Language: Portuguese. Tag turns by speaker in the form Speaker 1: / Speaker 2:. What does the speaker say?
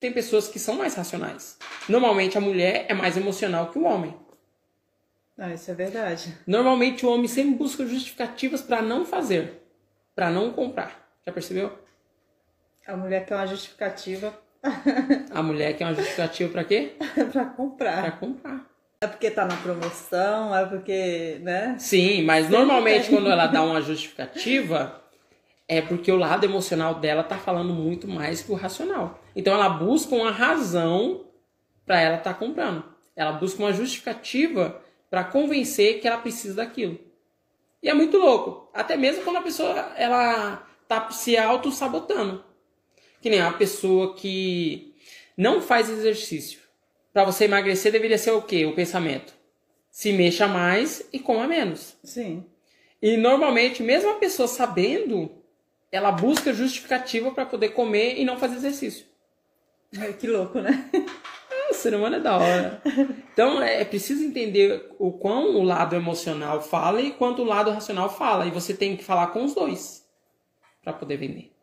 Speaker 1: tem pessoas que são mais racionais. Normalmente a mulher é mais emocional que o homem.
Speaker 2: Ah, isso é verdade.
Speaker 1: Normalmente o homem sempre busca justificativas para não fazer, para não comprar. Já percebeu?
Speaker 2: A mulher tem uma justificativa
Speaker 1: A mulher quer uma justificativa para quê?
Speaker 2: pra comprar.
Speaker 1: Para comprar.
Speaker 2: É porque tá na promoção, é porque, né?
Speaker 1: Sim, mas normalmente quando ela dá uma justificativa é porque o lado emocional dela tá falando muito mais que o racional. Então ela busca uma razão para ela estar comprando. Ela busca uma justificativa para convencer que ela precisa daquilo. E é muito louco, até mesmo quando a pessoa ela tá se auto sabotando. Que nem a pessoa que não faz exercício. Para você emagrecer deveria ser o quê? O pensamento. Se mexa mais e coma menos.
Speaker 2: Sim.
Speaker 1: E normalmente, mesmo a pessoa sabendo, ela busca justificativa para poder comer e não fazer exercício.
Speaker 2: Ai, Que louco, né?
Speaker 1: Ah, o ser humano é da hora. Então é é preciso entender o quão o lado emocional fala e quanto o lado racional fala. E você tem que falar com os dois para poder vender.